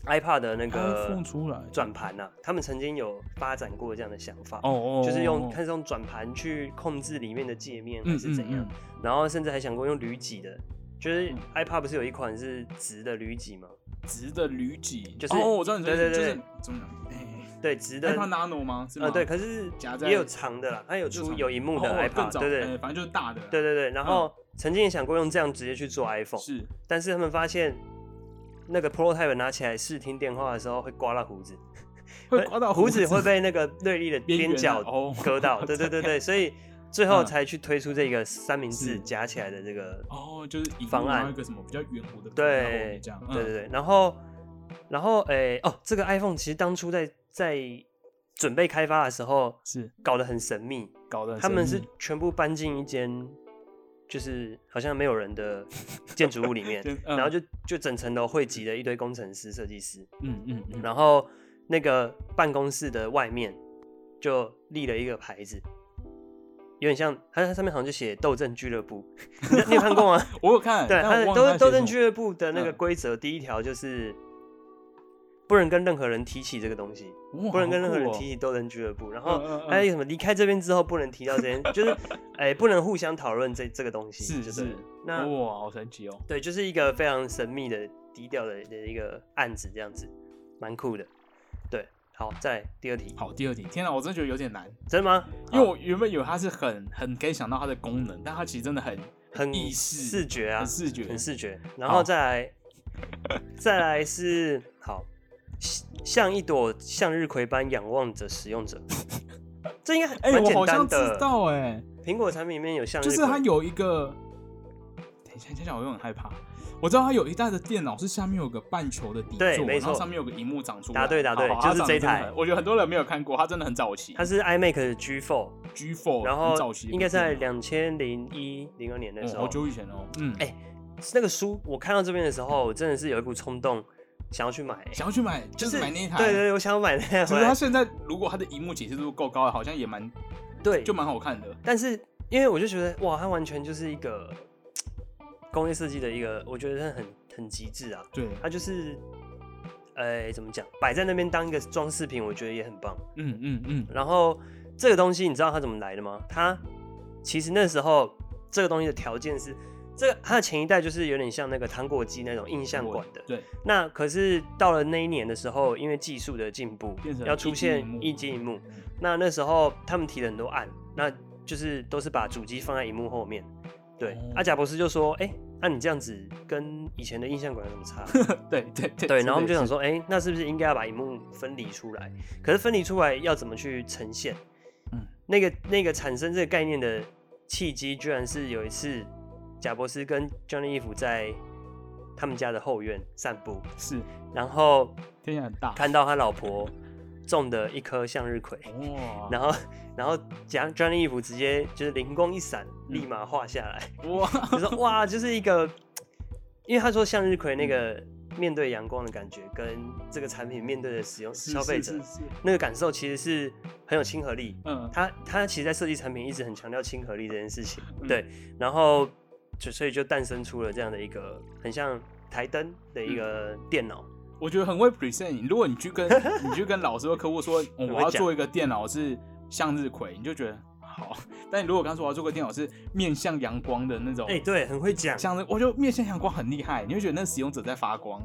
A: ，iPad 的那个
B: iPhone 出来
A: 转盘呐，他们曾经有发展过这样的想法。
B: 哦哦，
A: 就是用
B: 哦
A: 看是用转盘去控制里面的界面还
B: 嗯
A: 是怎样，
B: 嗯
A: 然后甚至还想过用铝脊的，就是
B: 嗯
A: iPad 不是有一款是直的铝脊吗？
B: 嗯直的铝脊，
A: 就是
B: 哦，我知道你说
A: 对
B: 的
A: 对
B: 就是
A: 对
B: 怎么讲，哎
A: 对，直的
B: ，iPad Nano 吗？是
A: 啊、
B: 吗？
A: 对，，可是
B: 夹在
A: 也有长的啦，它有出有荧幕的
B: 哦
A: iPad，、
B: 更早
A: 对对
B: 哎反正就是大的啦，
A: 对对对。然后曾经也想过用这样直接去做 iPhone，
B: 是
A: 但是他们发现那个 prototype 拿起来试听电话的时候会刮到胡子，呃
B: 会刮到
A: 胡子
B: 子
A: 会被那个锐利的
B: 边缘
A: 边
B: 啊
A: 角
B: 哦
A: 割到，对对对对，所以最后
B: 嗯
A: 才去推出这个三明治
B: 是
A: 夹起来的这个
B: 哦，就是荧幕
A: 方案
B: 然后一个什么比较圆弧的屏然后我
A: 对
B: 们，这样，
A: 对
B: 嗯
A: 对对，然后然后诶、哦，这个 iPhone 其实当初在在准备开发的时候
B: 是
A: 搞得很神秘，
B: 搞得
A: 他们是全部搬进一间就是好像没有人 的建筑物里面，然
B: 然
A: 后就就整层楼汇集了一堆工程师、设计师，
B: 嗯嗯嗯，
A: 然后那个办公室的外面就立了一个牌子。有点像，它它上面好像就写斗阵俱乐 部，你你有看过吗？
B: 我有 看，
A: 对，
B: 但
A: 他
B: 我
A: 的斗
B: 忘了他
A: 斗
B: 写什
A: 争
B: 么
A: 俱乐部的那个
B: 嗯
A: 规则，第一条就是不能跟任何人提起这个东西，
B: 哇
A: 不能跟
B: 好
A: 任何人
B: 酷哦
A: 提起斗争俱乐部。然
B: 嗯
A: 后
B: 嗯嗯
A: 还有什么离开这边之后不能提到这边，就是哎、不能互相讨论这这个东西。
B: 是，
A: 就是那
B: 哇，好神奇哦！
A: 对，就是一个非常神秘的低调的的一个案子，这样子蛮酷的。对，好，再来第二题，
B: 好，第二题，天哪，我真的觉得有点难，
A: 真的吗？
B: 因为
A: 好
B: 我原本以为它是很很可以想到它的功能，但它其实真的很
A: 很
B: 意识
A: 视觉啊，
B: 很视觉，
A: 很视觉，然
B: 好
A: 后再来，再来是好，像一朵向日葵般仰望着使用者，这应该很
B: 哎、
A: 蛮
B: 我
A: 简
B: 好
A: 单
B: 像知
A: 的。
B: 道哎、
A: 苹果产品里面有向日
B: 就
A: 葵，
B: 是它有一个，等一下，等一下，我又很害怕。我知道它有一代的电脑是下面有个半球的底座，
A: 对没
B: 然后
A: 错
B: 上面有个荧幕长出来。
A: 答对答对
B: 好好它
A: 就是
B: 长得
A: 这
B: 真的
A: 台
B: 很我觉得很多人没有看过，它真的很早期。
A: 它是 iMac 的 G4，
B: G Four，
A: 然后
B: 哦早期的一
A: 应
B: 个
A: 该是在
B: 电脑
A: 两千零一零二年的时
B: 哦，
A: 候
B: 好。久以前哦。嗯，
A: 哎那个书我看到这边的时候，我真的是有一股冲动想要去买，
B: 想要去买，
A: 就
B: 就是买那一台。
A: 对对，对，我想要买那台
B: 只
A: 回
B: 是它
A: 来。
B: 现在如果它的荧幕解析度够高，好像也蛮
A: 对，
B: 就蛮好看的。
A: 但是因为我就觉得哇，它完全就是一个工业设计的一个，我觉得它很很极致啊。
B: 对，
A: 它就是，呃，怎么讲，摆在那边当一个装饰品，我觉得也很棒。
B: 嗯嗯嗯，
A: 然后这个东西，你知道它怎么来的吗？它其实那时候这个东西的条件是，这个它的前一代就是有点像那个糖果机那种印象馆的。
B: 对，
A: 那可是到了那一年的时候，因为技术的进步
B: 变，成
A: 要出现一机一幕，那那时候他们提了很多案，那就是都是把主机放在荧幕后面。对，
B: 哦
A: 阿贾博士就说：“哎、那你这样子跟以前的印象馆有什么 差？”
B: 对对对
A: 对，然后我们就想
B: 说，
A: 说，哎、那是不是应该要把荧幕分离出来？可是分离出来要怎么去呈现？
B: 嗯
A: 那个那个产生这个概念的契机，居然是有一次贾博士跟 Johnny Ive 在他们家的后院散步，
B: 是
A: 然后
B: 天也很大，
A: 看到他老婆种的一棵向日葵，
B: 哇
A: 然后然后将 Johnny 衣服直接就是灵光一闪，
B: 嗯
A: 立马画下 来，
B: 哇，
A: 就说哇，就是一个，因为他说向日葵那个
B: 嗯
A: 面对阳光的感觉，跟这个产品面对的使用
B: 是
A: 消费者
B: 是是是
A: 那个感受，其实是很有亲和力。
B: 嗯，
A: 他他其实，在设计产品一直很强调亲和力这件事情，
B: 嗯
A: 对，然后就所以就诞生出了这样的一个很像台灯的
B: 嗯
A: 一个电脑，
B: 我觉得很会 present 你。如果你 去跟你去跟老师或客户说，哦
A: 会
B: 我要
A: 讲
B: 做一个电脑是向日葵，你就觉得好。 但你如果刚说我要做个电脑是面向阳光的那种，
A: 哎、对，很会讲，
B: 像是我就面向阳光很厉害，你会觉得那使用者在发光。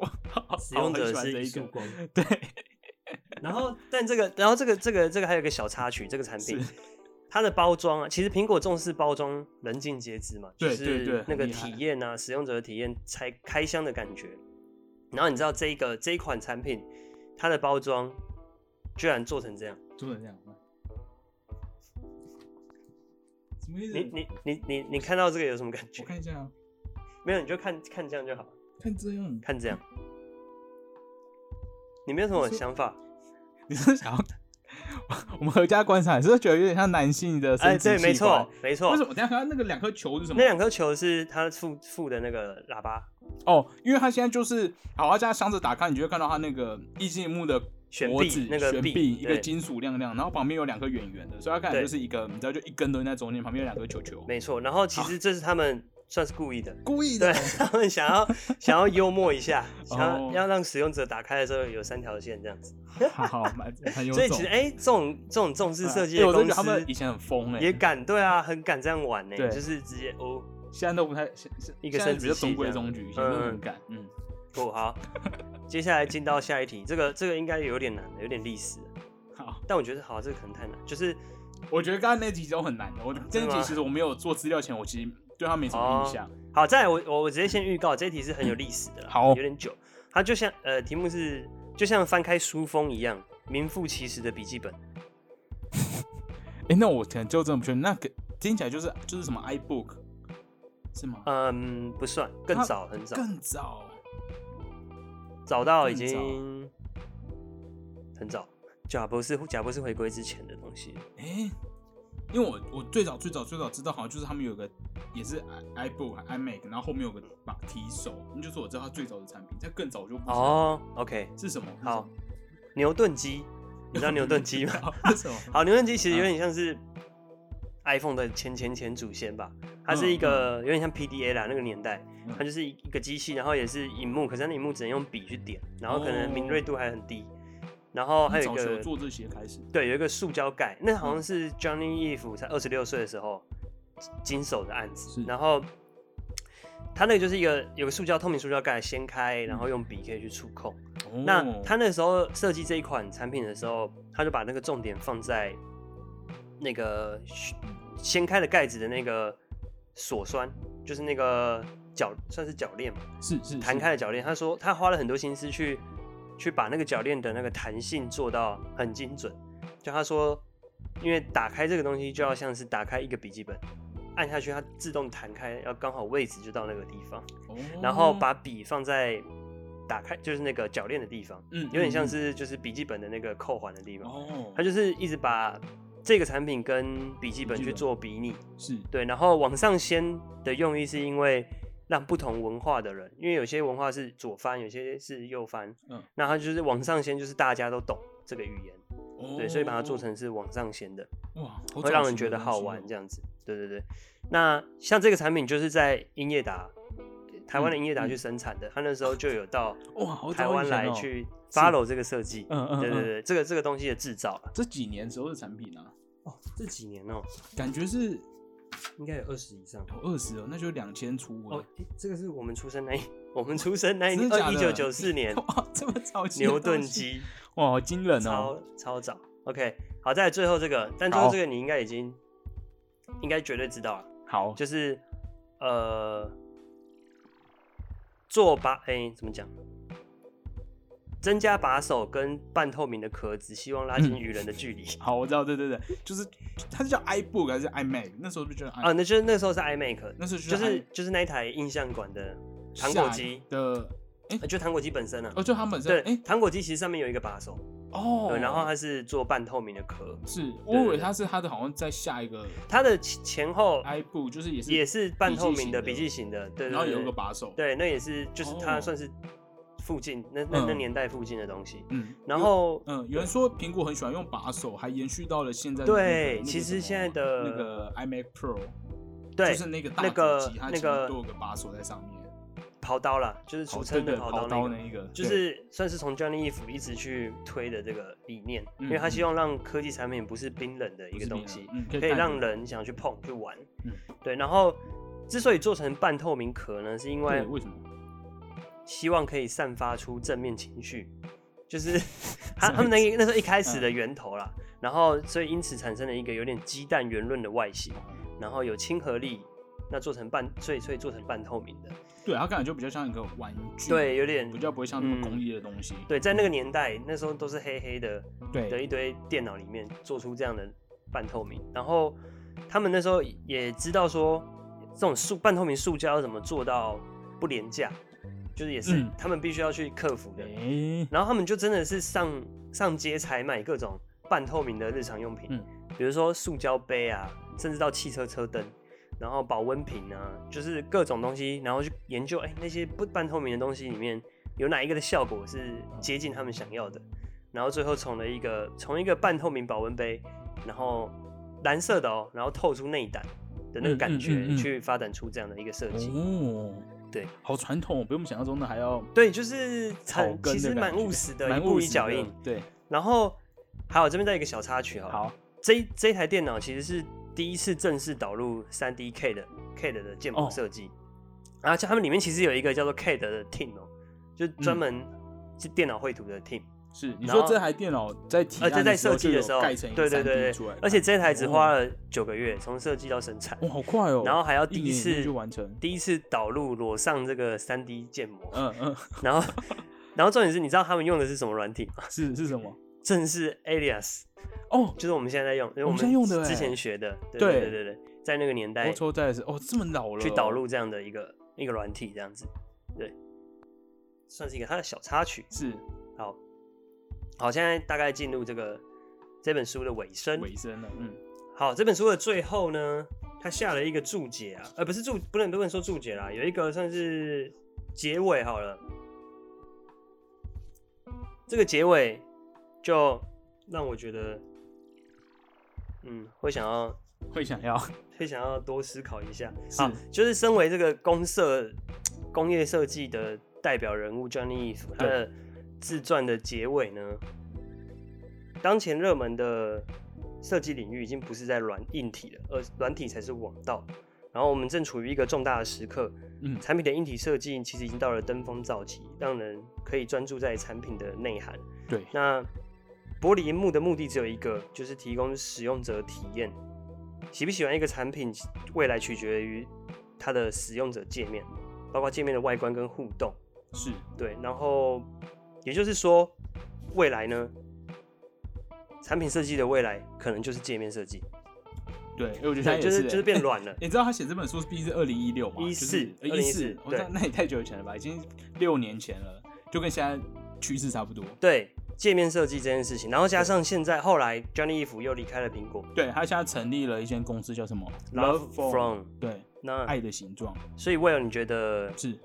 B: 哇，
A: 使用者
B: 好我很喜欢
A: 是
B: 这
A: 一
B: 一
A: 束
B: 个，
A: 光。
B: 对，
A: 然后，但这个，然后这个，这个，这个还有一个小插曲，这个产品
B: 是
A: 它的包装啊，其实苹果重视包装，人尽皆知嘛，
B: 对
A: 就
B: 对对
A: 是那个
B: 很厉害
A: 体验啊，使用者的体验，拆开箱的感觉。然后你知道这一个这一款产品，它的包装居然做成这样，
B: 做成这样。什么意思？
A: 你你你你你看到这个有什么感觉
B: 我？看一下啊，
A: 没有，你就看看这样就好，
B: 看这样，
A: 看这样，你没有什么
B: 你说
A: 想法？
B: 你是想要我 们合家观察，你是不是觉得有点像男性的生
A: 哎，
B: 殖
A: 对，没
B: 器官
A: 错，没错
B: 为什，么？等一下它那个两颗球是什么
A: 那？两颗球是它附附的那个喇叭
B: 哦，因为它现在就是，好，它现在箱子打开，你就会看到它那个一进幕的
A: 悬
B: 脖
A: 臂
B: 子
A: 那个
B: 悬
A: 臂
B: 臂一个
A: 对
B: 金属亮亮，然后旁边有两颗圆圆的，所以它看起来
A: 对
B: 就是一个，你知道，就一根蹲在中间，旁边有两颗球球，
A: 没错，然后其实这是他们算是故意的，
B: 故意
A: 对
B: 的。
A: 他们想要想要幽默一下，想
B: 哦
A: 要要让使用者打开的时候有三条线这样子。
B: 好好，蛮很有
A: 所以
B: 种。哎
A: 其实哎、这种这种重视设计
B: 对
A: 的
B: 我真
A: 公
B: 的觉得他们以
A: 司
B: 前很疯哎、
A: 也敢对啊，很敢这样玩呢、
B: 对
A: 就是直接哦
B: 现在都不太，现现
A: 一个
B: 现在
A: 生
B: 比
A: 殖
B: 较
A: 器
B: 中
A: 这
B: 规
A: 样
B: 中矩，以前都
A: 嗯
B: 很
A: 嗯
B: 敢，嗯，
A: 不哦好。接下来进到下一题，这个这个应该有点难，有点历史，
B: 好。
A: 但我觉得好啊这个可能太难，就是
B: 我觉得刚才那集都很难的。我这
A: 真
B: 一
A: 的
B: 集
A: 吗哦
B: 其实我没有做资料前，我其实对它没什么印象。
A: 好，再来我我我直接先预告，这一题是很有历史的啦，
B: 嗯好哦
A: 有点久。它就像呃，题目是就像翻开书封一样，名副其实的笔记本。
B: 哎、那我可能就真的不确定。那个听起来就是就是什么 iBook 是吗？
A: 嗯，不算，更
B: 它
A: 早很早，
B: 啊更早，
A: 早到已
B: 更早
A: 经很早，贾博士贾博士回归之前的东西。
B: 哎、因为我我最早最早最早知道，好像就是他们有个也是 i iBook、iMac，然后后面有个把提手，那就是我知道它最早的产品。再更早我就不知道
A: 哦，OK，
B: 是什么。是
A: 好
B: 什么，？
A: 牛顿机，你知道牛顿机吗？
B: 是什么？
A: 好，牛顿机其
B: 嗯
A: 实有点像是 iPhone 的前前前祖先吧，它是一个有点像 PDA 啦，那个年代
B: 嗯，
A: 它就是一一个机器，然后也是荧幕，可是它的荧幕只能用笔去点，然后可能
B: 哦
A: 敏锐度还很低，然后还有
B: 早
A: 一
B: 期
A: 个
B: 我做这嗯些开始，
A: 对，有一个塑胶盖，那好像是 Johnny Eve 才二十六岁的时候经手的案子
B: 是。
A: 然后他那个就是一个有个塑胶透明塑胶盖，掀开，然
B: 嗯
A: 后用笔可以去触控。
B: 哦
A: 那他那时候设计这一款产品的时候，他就把那个重点放在那个掀开的盖子的那个锁栓，就是那个铰算是铰链嘛，
B: 是是是
A: 弹开的铰链。他说他花了很多心思去去把那个铰链的那个弹性做到很精准。就他说，因为打开这个东西就要像是打开一个笔记本，按下去它自动弹开，要刚好位置就到那个地方，
B: 哦
A: 然后把笔放在打开就是那个铰链的地方，
B: 嗯
A: 有点像
B: 嗯
A: 是就是笔记本的那个扣环的地
B: 嗯
A: 方。
B: 哦，
A: 他就是一直把这个产品跟笔记本
B: 笔记
A: 去
B: 本
A: 做比拟，
B: 是
A: 对，然后往上掀的用意是因为让不同文化的人，因为有些文化是左翻，有些是右翻，
B: 嗯
A: 那它就是往上掀，就是大家都懂这个语言，对，所以把它做
B: 哦
A: 成是往上掀的，
B: 哇，好
A: 会
B: 早
A: 让
B: 期
A: 人觉
B: 的
A: 得
B: 东
A: 好
B: 西
A: 玩
B: 哦
A: 这样子，对对对。那像这个产品就是在英业达，台湾的英业达
B: 嗯
A: 去生产的，他那时候就有到
B: 哇，好
A: 台
B: 早以
A: 湾
B: 前
A: 来
B: 哦，
A: 去
B: 是
A: follow 这个设计，
B: 嗯嗯
A: 对对
B: 嗯
A: 对，这个这个东西的制造啊了。
B: 这几年时候的产品啊，
A: 哦，这几年哦，
B: 感觉是
A: 应该有二十以上。
B: 有二十哦，那就两千出
A: 哦
B: 了，，
A: 诶这个是我们出生那一，我们出生那一
B: 真
A: 年，
B: 的假
A: 二
B: 的
A: 一九九四 年，
B: 哇，这么早期的
A: 牛顿
B: 东西，
A: 机，
B: 哇，好惊人哦，
A: 超超早。OK，好，再来最后这个，但最后
B: 好
A: 这个你应该已经应该绝对知道了，
B: 好，
A: 就是呃，做把哎、怎么讲？增加把手跟半透明的壳子，希望拉近
B: 嗯
A: 与人的距离。
B: 好，我知道，对对对，就是它是叫 iBook 还是 iMac？那时候就叫 i，
A: 呃 啊，那就是那时候是 iMac，
B: 那时候
A: 就
B: 叫 i-
A: 是就是那一台印象馆的糖果
B: 下
A: 机
B: 的，
A: 呃就糖果机本身啊
B: 哦，，就它本身，
A: 对，
B: 哎，
A: 糖果机其实上面有一个把手，
B: 哦
A: 对，，然后它是做半透明的壳，
B: 是，我
A: 对
B: 以
A: 对
B: 为
A: 对
B: 它是它的，好像在下一个
A: 它的前前后
B: iBook，就是也是
A: 也是半透明的
B: 笔
A: 笔
B: 记
A: 记型的，对，对
B: 然后有一
A: 对
B: 个把手，，
A: 对，那也是就是
B: 哦
A: 它算是附近那那那
B: 嗯
A: 年代附近的东西，
B: 嗯，
A: 然
B: 有
A: 后
B: 嗯，有人说苹果很喜欢用把手，还延续到了现在的那个。
A: 对
B: 那个
A: 其
B: 什
A: 实
B: 么
A: 现在的
B: 那个 iMac Pro，
A: 对
B: 就是那个大
A: 那个
B: 主机，它
A: 那
B: 前面
A: 个
B: 都有个把手在上面，
A: 刨刀啦，就是
B: 跑
A: 俗
B: 对
A: 称
B: 哦对
A: 的
B: 跑
A: 刨
B: 刀
A: 刀
B: 那
A: 那个。
B: 一个，
A: 就
B: 对
A: 是算是从 Johnny Ive 一直去推的这个理念，
B: 嗯
A: 因为他希
B: 嗯
A: 望让科技产品不是冰冷的一个东西，，
B: 不是别的嗯，
A: 可以
B: 带
A: 让
B: 着
A: 人想去碰去玩。
B: 嗯
A: 对。然后之所以做成半透明壳呢，是因
B: 对
A: 为
B: 为什么？
A: 希望可以散发出正面情绪，就是 他
B: 什么
A: 他们那
B: 意
A: 个那时候一开始
B: 嗯
A: 的源头啦，然后所以因此产生了一个有点鸡蛋圆润的外形，然后有亲和力，那做成半所以所以做成半透明的，
B: 对，它感觉就比较像一个玩具，
A: 对，，有点
B: 比较不会像那么
A: 嗯
B: 工业的东西，
A: 对，在那个年代那时候都是黑黑的。的
B: 对，
A: 一堆电脑里面做出这样的半透明，然后他们那时候也知道说这种塑半透明塑胶要怎么做到不廉价，就是也是
B: 嗯
A: 他们必须要去克服的。
B: 哎，
A: 然后他们就真的是上上街采买各种半透明的日常用品，
B: 嗯
A: 比如说塑胶杯啊，甚至到汽车车灯，然后保温瓶啊，就是各种东西，然后去研究，哎、那些不半透明的东西里面有哪一个的效果是接近他们想要的，然后最后从了一个从一个半透明保温杯，然后蓝色的哦，然后透出内胆的那个
B: 嗯
A: 感
B: 嗯
A: 觉，
B: 嗯嗯
A: 去发展出这样的一个设计。
B: 哦，
A: 对，
B: 好传统哦，比我们想象中的还要
A: 对，就是
B: 草
A: 很
B: 根
A: 其
B: 的
A: 实
B: 感
A: 蛮
B: 觉
A: 务实的，
B: 蛮
A: 一
B: 务
A: 步一
B: 实
A: 脚
B: 的
A: 印。
B: 对，
A: 然后还有这边再一个小插曲哈，
B: 好，
A: 这一这一台电脑其实是第一次正式导入 3D CAD 的 CAD 的建模
B: 哦
A: 设计，然后像他们里面其实有一个叫做 CAD 的 team 哦，就专门
B: 嗯
A: 是电脑绘图的 team，、
B: 是你
A: 然
B: 说
A: 后
B: 这台电脑在提
A: 而且
B: 案
A: 在
B: 时候
A: 设计
B: 就
A: 的
B: 有
A: 时候，
B: 盖成一
A: 对对
B: 个 3D
A: 对
B: 出来
A: 对，而且这台只花
B: 哦
A: 了九个月，从设计到生产，
B: 哇，好快哦，
A: 然后还要第
B: 一年
A: 次
B: 内就 完成，
A: 第一次导入裸上这个 3D 建模，
B: 嗯嗯，
A: 然后 然后重点是，你知道他们用的是什么软体吗？
B: 是是什么？
A: 正是 Alias。
B: 哦，
A: 就是我们现在在用，因为
B: 我们现在用的
A: 之
B: 欸
A: 前学的，对
B: 对
A: 对对对对，在那个年代
B: 欧洲在是哦，这么老了哦，
A: 去导入这样的一个一个软体，这样子，对，算是一个它的小插曲。
B: 是
A: 好，好，现在大概进入这个这本书的尾声。
B: 尾声了，嗯，
A: 好，这本书的最后呢，它下了一个注解啊，呃，不是注，不能不能说注解啦，有一个算是结尾好了。这个结尾就让我觉得，嗯，会想要
B: 会想要
A: 会想要多思考一下。
B: 是
A: 好，就是身为这个公社工业设计的代表人物 Johnny，Ive，他的自传的结尾呢，当前热门的设计领域已经不是在软硬体了，而软体才是王道。然后我们正处于一个重大的时刻，
B: 嗯
A: 产品的硬体设计其实已经到了登峰造极，让人可以专注在产品的内涵。
B: 对，
A: 那玻璃荧幕的目的只有一个，就是提供使用者体验。喜不喜欢一个产品，未来取决于它的使用者界面，包括界面的外观跟互动。
B: 是
A: 对，然后也就是说，未来呢，产品设计的未来可能就是界面设计，
B: 对，哎我觉得现在
A: 对，
B: 也
A: 就是
B: 欸
A: 就是变软
B: 。
A: 了
B: 你知道他写这本书毕竟是二零一六嘛？
A: 14
B: 一四
A: 2014，
B: 哦
A: 对
B: 那那也太久以前了吧？已经六年前了，就跟现在趋势差不多。
A: 对，界面设计这件事情，然后加上现在后来 Johnny Ive 又离开了苹果
B: 对他现在成立了一间公司，叫什么
A: From，
B: 对，
A: 那
B: 爱的形状
A: 所以 Will 你觉得
B: 是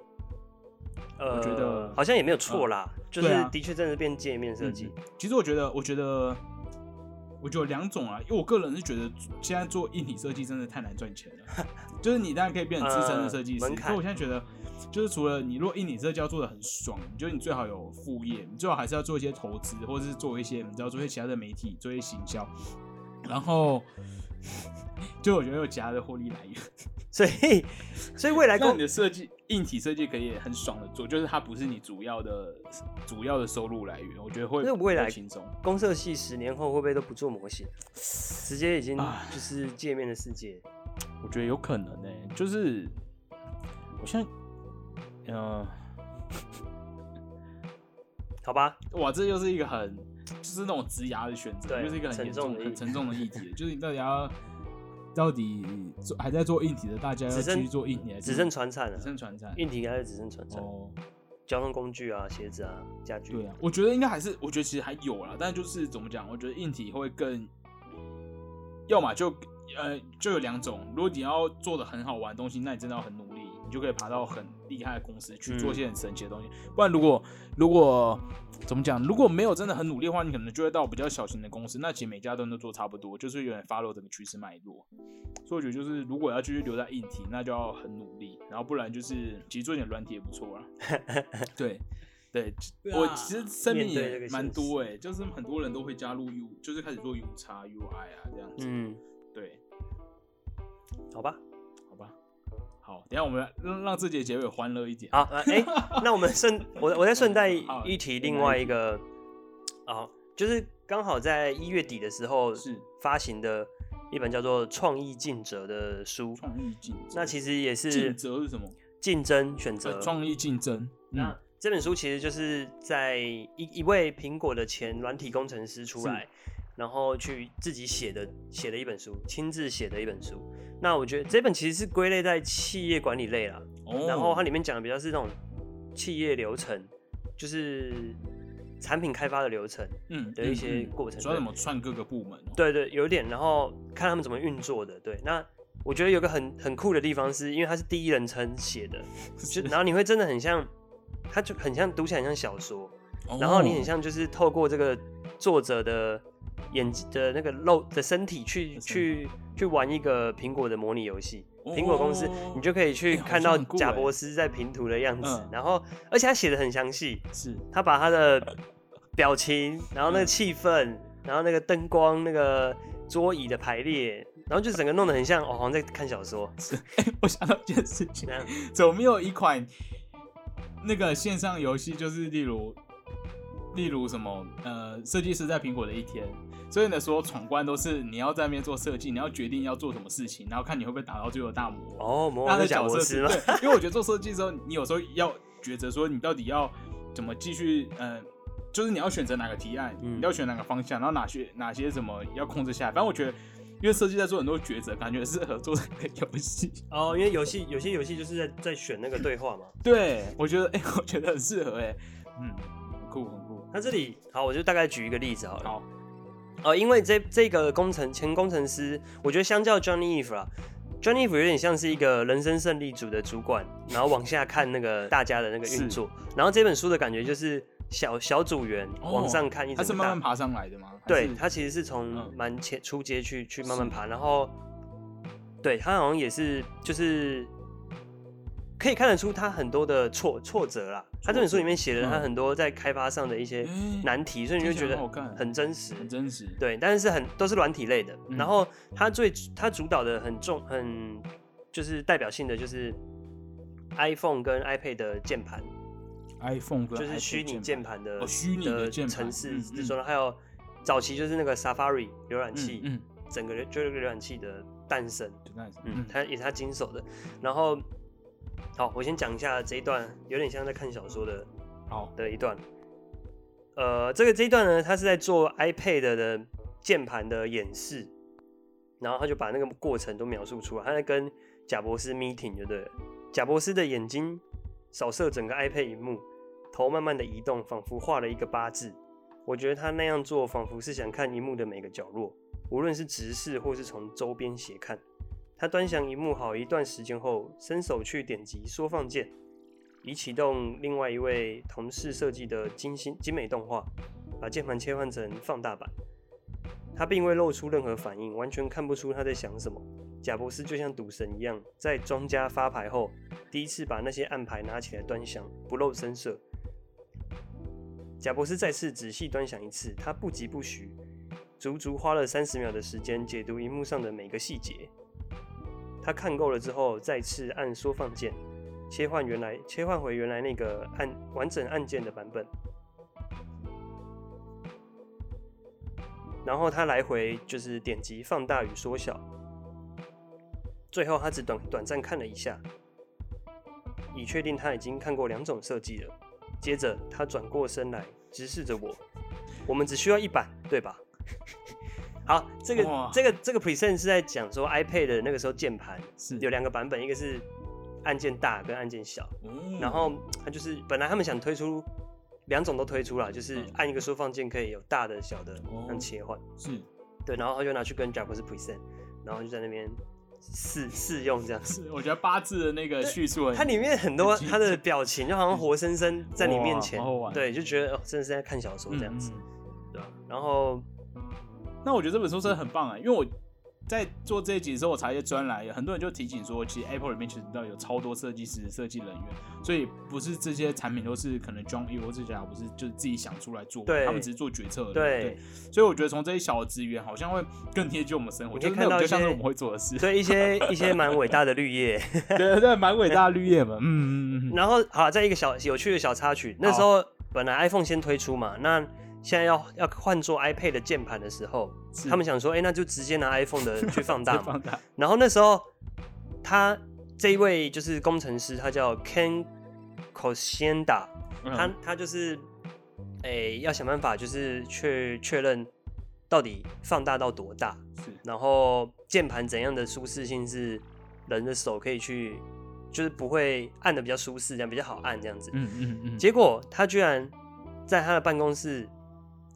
A: 呃，
B: 我觉得
A: 好像也没有错啦，就是
B: 对啊
A: 的确真的变界面设计
B: 嗯。嗯其实我觉得，我觉得，我觉得有两种啊，因为我个人是觉得现在做硬体设计真的太难赚钱了。 就是你当然可以变成资深的设计师，
A: 呃门槛
B: 可我现在觉得，就是除了你如果硬体设计要做的很爽，你觉得你最好有副业，你最好还是要做一些投资，或者是做一些你知道做一些其他的媒体，做一些行销，然后 就我觉得有其他的获 利来源。
A: 所以， 所以未来
B: 那
A: 公
B: 你的设计硬体设计可以很爽的做，就是它不是你主要的主要的收入来源，我觉得会
A: 那未来
B: 会轻松。
A: 公社系十年后会不会都不做模型，直接已经
B: 唉
A: 就是界面的世界？
B: 我觉得有可能呢、就是我现在，呃，
A: 好吧，
B: 哇，这又是一个很就是那种直牙的选择，
A: 对
B: 又是一个很
A: 沉
B: 严
A: 重
B: 重、
A: 的议
B: 很
A: 题
B: 沉重的议题，就是你到底要到底做还在做硬体的，大家要
A: 只
B: 继
A: 剩
B: 续做硬体还是，
A: 只剩传产了
B: 只，剩传产。
A: 硬体应该是只剩传产，
B: 哦，
A: 交通工具啊、鞋子啊、家具。
B: 对啊，我觉得应该还是，我觉得其实还有啦，但就是怎么讲，我觉得硬体会更，要么就呃就有两种，如果你要做的很好玩的东西，那你真的要很努力，你就可以爬到很厉害的公司去做一些很神奇的东西。不然如果如果怎么讲，如果没有真的很努力的话，你可能就会到比较小型的公司，那其实每家都都做差不多，就是有点 follow 整个趋势脉络。所以我觉得就是如果要继续留在硬体，那就要很努力，然后不然就是其实做一点软体也不错啦。对，对，
C: 对
B: 我
C: 啊
B: 其实身边
A: 面对这
B: 也
A: 个
B: 蛮
A: 现
B: 多哎、就是很多人都会加入 U，就是开始做 U 叉 UI 啊这样子。
A: 嗯，
B: 对，
A: 好吧，
B: 好吧，好，等一下我们让让自己的结尾欢乐一点。
A: 好，呃 哎、那我们顺我我再顺带
B: 好
A: 一提
B: 另
A: 另
B: 外
A: 外
B: 一
A: 一个，哦，就是刚好在一月底的时候
B: 是
A: 发行的一本叫做《创意竞者》的书。
B: 创意竞争，
A: 那其实也是
B: 竞择是什么？
A: 竞争选择
B: 呃，。创意竞争。嗯
A: 那，这本书其实就是在一一位苹果的前软体工程师出来，然后去自己写的写的一本书，亲自写的一本书。那我觉得这本其实是归类在企业管理类啦，
B: 哦，
A: 然后它里面讲的比较是那种企业流程，就是产品开发的流程。
B: 嗯
A: 的一些
B: 嗯嗯
A: 过程
B: 主要
A: 对
B: 怎么串各个部门哦、
A: 对对，有一点，然后看他们怎么运作的。对，那我觉得有个很很酷的地方是，因为它是第一人称写的，
B: 是
A: 就然后你会真的很像，它就很像读起来很像小说，
B: 哦
A: 然后你很像就是透过这个作者的眼睛的那个肉的身体去
B: 的身体
A: 去去玩一个苹果的模拟游戏。苹果公司
B: 哦，
A: 你就可以去
B: 哎好
A: 看
B: 像
A: 到
B: 很酷
A: 贾
B: 哎
A: 博士在平图的样子
B: 嗯，
A: 然后而且他写的很详细，
B: 是
A: 他把他的表情，然
B: 嗯
A: 后那个气氛，然后那个灯光，那个桌椅的排列，然后就整个弄得很像哦，好像在看小说
B: 是，哎、我想到一件事情
A: 这，样。
B: 怎么没有一款那个线上游戏，就是例如例如什么呃，设计师在苹果的一天，所以呢，所有闯关都是你要在那边做设计，你要决定要做什么事情，然后看你会不会打到最后的大魔王。
A: 哦，魔
B: 那
A: 王
B: 的
A: 的贾
B: 角
A: 博
B: 色
A: 士
B: 是
A: 吗？
B: 对，因为我觉得做设计的时候，你有时候要抉择说你到底要怎么继续，呃，就是你要选择哪个提案，
A: 嗯
B: 你要选哪个方向，然后哪些哪些什么要控制下来。反正我觉得，因为设计在做很多抉择，感觉适合做这个游戏。
A: 哦，因为游戏有些游戏就是在在选那个对话嘛。
B: 对，我觉得，哎、我觉得很适合、哎，嗯，很酷，很酷。
A: 那这里好，我就大概举一个例子好了。
B: 好，
A: 呃，因为这这个工程前工程师，我觉得相较 Johnny Eve 啊，Johnny Eve 有点像是一个人生胜利组的主管，然后往下看那个大家的那个
B: 是
A: 运作。然后这本书的感觉就是小小组员
B: 哦
A: 往上看一
B: 它
A: 整
B: 是
A: 个
B: 慢
A: 大，
B: 慢爬上来的吗？
A: 对，
B: 它
A: 他其实是从
B: 嗯
A: 蛮前出街去去慢
B: 是
A: 慢爬，然后对他好像也是就是可以看得出他很多多的挫挫折啦。他这本书里面写了他
B: 嗯
A: 很多在开发上的一些
B: 哎
A: 难题，所以你就
B: 听起
A: 觉
B: 来
A: 得
B: 很好看
A: 很真实，
B: 很真实。
A: 对，但是很都是软体类的。
B: 嗯
A: 然后他最他主导的很重很就是代表性的就是 iPhone 跟 iPad 的键盘，
B: iPhone 跟
A: 就是
B: iPad
A: 虚拟键盘的
B: 哦虚拟的键盘
A: 城市
B: 嗯
A: 制作，还有早期就是那个 Safari 浏览器，
B: 嗯，
A: 整个就是浏览器的诞生，
B: 嗯，就那样子
A: 嗯，他也是他经手的。然后好，我先讲一下这一段，有点像在看小说的
B: 好，
A: 的一段。呃，这个这一段呢，他是在做 iPad 的键盘的演示，然后他就把那个过程都描述出来。他在跟贾博士 meeting 就对了。贾博士的眼睛扫射整个 iPad 荧幕，头慢慢的移动，仿佛画了一个八字。我觉得他那样做，仿佛是想看荧幕的每个角落，无论是直视或是从周边斜看。他端详荧幕好一段时间后，伸手去点击缩放键，以启动另外一位同事设计的精心精美动画，把键盘切换成放大版。他并未露出任何反应，完全看不出他在想什么。贾博士就像赌神一样，在庄家发牌后，第一次把那些暗牌拿起来端详，不露声色。贾博士再次仔细端详一次，他不疾不徐，足足花了三十秒的时间解读荧幕上的每个细节。他看够了之后，再次按缩放键，切换原来切换回原来那个按完整按键的版本。然后他来回就是点击放大与缩小，最后他只短短暂看了一下，以确定他已经看过两种设计了。接着他转过身来，直视着我，我们只需要一版，对吧？ 好，这个
B: 哇
A: 这个这个 present 是在讲说 iPad 的那个时候键盘
B: 是
A: 有两个版本，一个是按键大跟按键小，
B: 哦
A: 然后它就是本来他们想推出两种都推出了，就是
B: 嗯
A: 按一个缩放键可以有大的小的
B: 哦
A: 让切换，
B: 是
A: 对，然后他就拿去跟 Jabra present，然后就在那边试试用这样子。
B: 是，我觉得八字的那个叙述很
A: 它里面很多
B: 很精
A: 它的表情就好像活生生在你面前
B: 哇好好玩，
A: 对，就觉得哦，真的是在看小说这样子，
B: 嗯嗯
A: 对吧？然后
B: 那我觉得这本书真的很棒啊、因为我在做这一集的时候，我查一些专栏，有很多人就提醒说，其实 Apple 里面其实到底有超多设计师、设计人员，所以不是这些产品都是可能 John E 或这些啊，不是就是自己想出来做，
A: 对
B: 他们只是做决策而已。
A: 对
B: 对，所以我觉得从这些小的资源，好像会更贴近我们生活，
A: 你可以
B: 就是
A: 看
B: 那种
A: 到一
B: 就像是
A: 些
B: 我们会做的事。
A: 所以一些一些蛮伟大的绿叶，
B: 对对对，蛮伟大的绿叶们， 嗯嗯嗯嗯，
A: 然后好，再一个小有趣的小插曲，那时候本来 iPhone 先推出嘛，那现在要要换做 iPad 的键盘的时候，
B: 是
A: 他们想说，哎、那就直接拿 iPhone 的去放 大
B: 再放
A: 嘛。
B: 大
A: 然后那时候他这一位就是工程师，他叫 Ken Cosienda，他
B: 嗯
A: 他就是哎、诶要想办法就是确确认到底放大到多大，
B: 是
A: 然后键盘怎样的舒适性是人的手可以去，就是不会按的比较舒适，这样比较好按这样子。
B: 嗯嗯嗯，
A: 结果他居然在他的办公室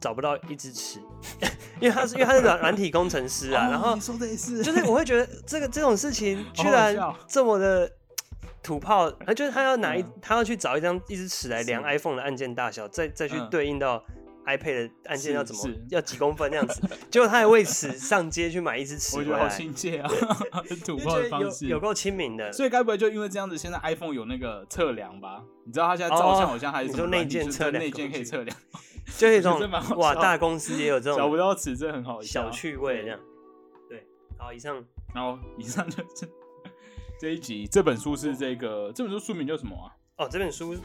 A: 找不到一只尺， 因为他是因为他是软软体工程师啊，
B: 哦
A: 然后
B: 你说的也是，
A: 就是我会觉得这个这种事情居
B: 好
A: 然
B: 笑
A: 这么的土炮，啊，就是他要拿一
B: 嗯
A: 他要去找一张一支尺来量
B: 是
A: iPhone 的按键大小，再再去
B: 嗯
A: 对应到 iPad 的按键
B: 是
A: 要怎么
B: 是
A: 要几公分那样子，结果他还为此上街去买一支尺
B: 我
A: 回
B: 觉得好
A: 来，
B: 亲切啊， 很土
A: 就
B: 炮
A: 觉
B: 的
A: 得
B: 方
A: 有
B: 式，
A: 有够亲民的。
B: 所以该不会就因为这样子，现在 iPhone 有那个测量吧？你知道它现在照相好像还是
A: 哦你
B: 什么
A: 说
B: 软体
A: 内建
B: 就是
A: 测量
B: 内建可以
A: 工具
B: 测量，
A: 就是一
B: 我觉得这
A: 种
B: 蛮好
A: 哇，
B: 笑
A: 大公司也有这
B: 找不
A: 种
B: 到尺，这很好笑
A: 小趣味这样
B: 对。
A: 对，好，以上
B: 然后以上就是 这一集，这本书是这个这本书书名叫什么啊？
A: 哦，这本书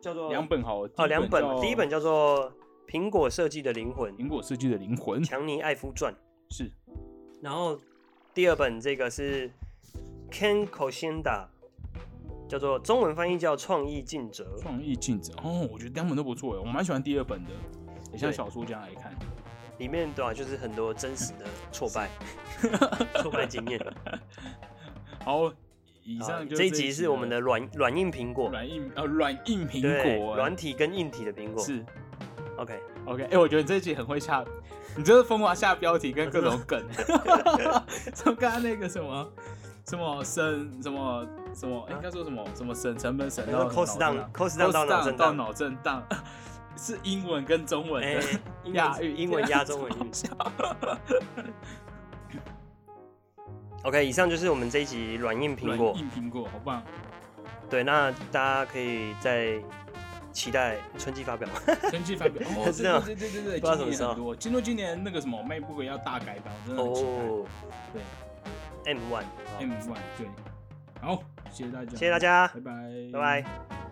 A: 叫做
B: 两本好了
A: 哦两本，第一本
B: 叫
A: 叫做《苹果设计的灵魂
B: 《苹果设计的灵魂》，
A: 强尼艾夫传》。
B: 是
A: 然后第二本这个是 Ken Koshinda，叫做中文翻译叫《创意尽责》。
B: 创意镜子哦，我觉得两本都不错哎，我蛮喜欢第二本的，也像
A: 对
B: 小说这样来看。
A: 里面对吧、就是很多真实的挫 败、挫败经验。
B: 好，以
A: 啊
B: 上就
A: 这一集是我们的软软硬苹果，
B: 软硬呃软硬苹
A: 对，
B: 果哎
A: 软体跟硬体的苹果。
B: 是
A: OK，
B: OK，哎、我觉得你这一集很会下，你就是疯狂下标题跟各种梗， 从刚刚那个什么什么省什么什么，哎应该说什么什么省成本省
A: 啊你
B: 到
A: 说 cost
B: 脑震
A: down cost down 到
B: cost
A: 脑震
B: 到
A: 荡，
B: 脑震荡，是英文跟中文
A: 哎
B: 的、，
A: 英
B: 押
A: 文
B: 韵，
A: 英文压中文 韵。OK，以上就是我们这一集软硬苹
B: 软
A: 果。
B: 硬苹果，好棒！
A: 对，那大家可以再期待春季发表。
B: 春季发表，哦，
A: 是这样
B: 对对对对对，
A: 不知道什
B: 今
A: 么
B: 年
A: 时候
B: 很多，听说今年那个什么 MacBook 要大改版，我真的很期待。
A: 哦，
B: 对
A: ，M One，
B: ，M One 对，好，谢谢大家，
A: 谢谢大家，
B: 拜拜，
A: 拜拜。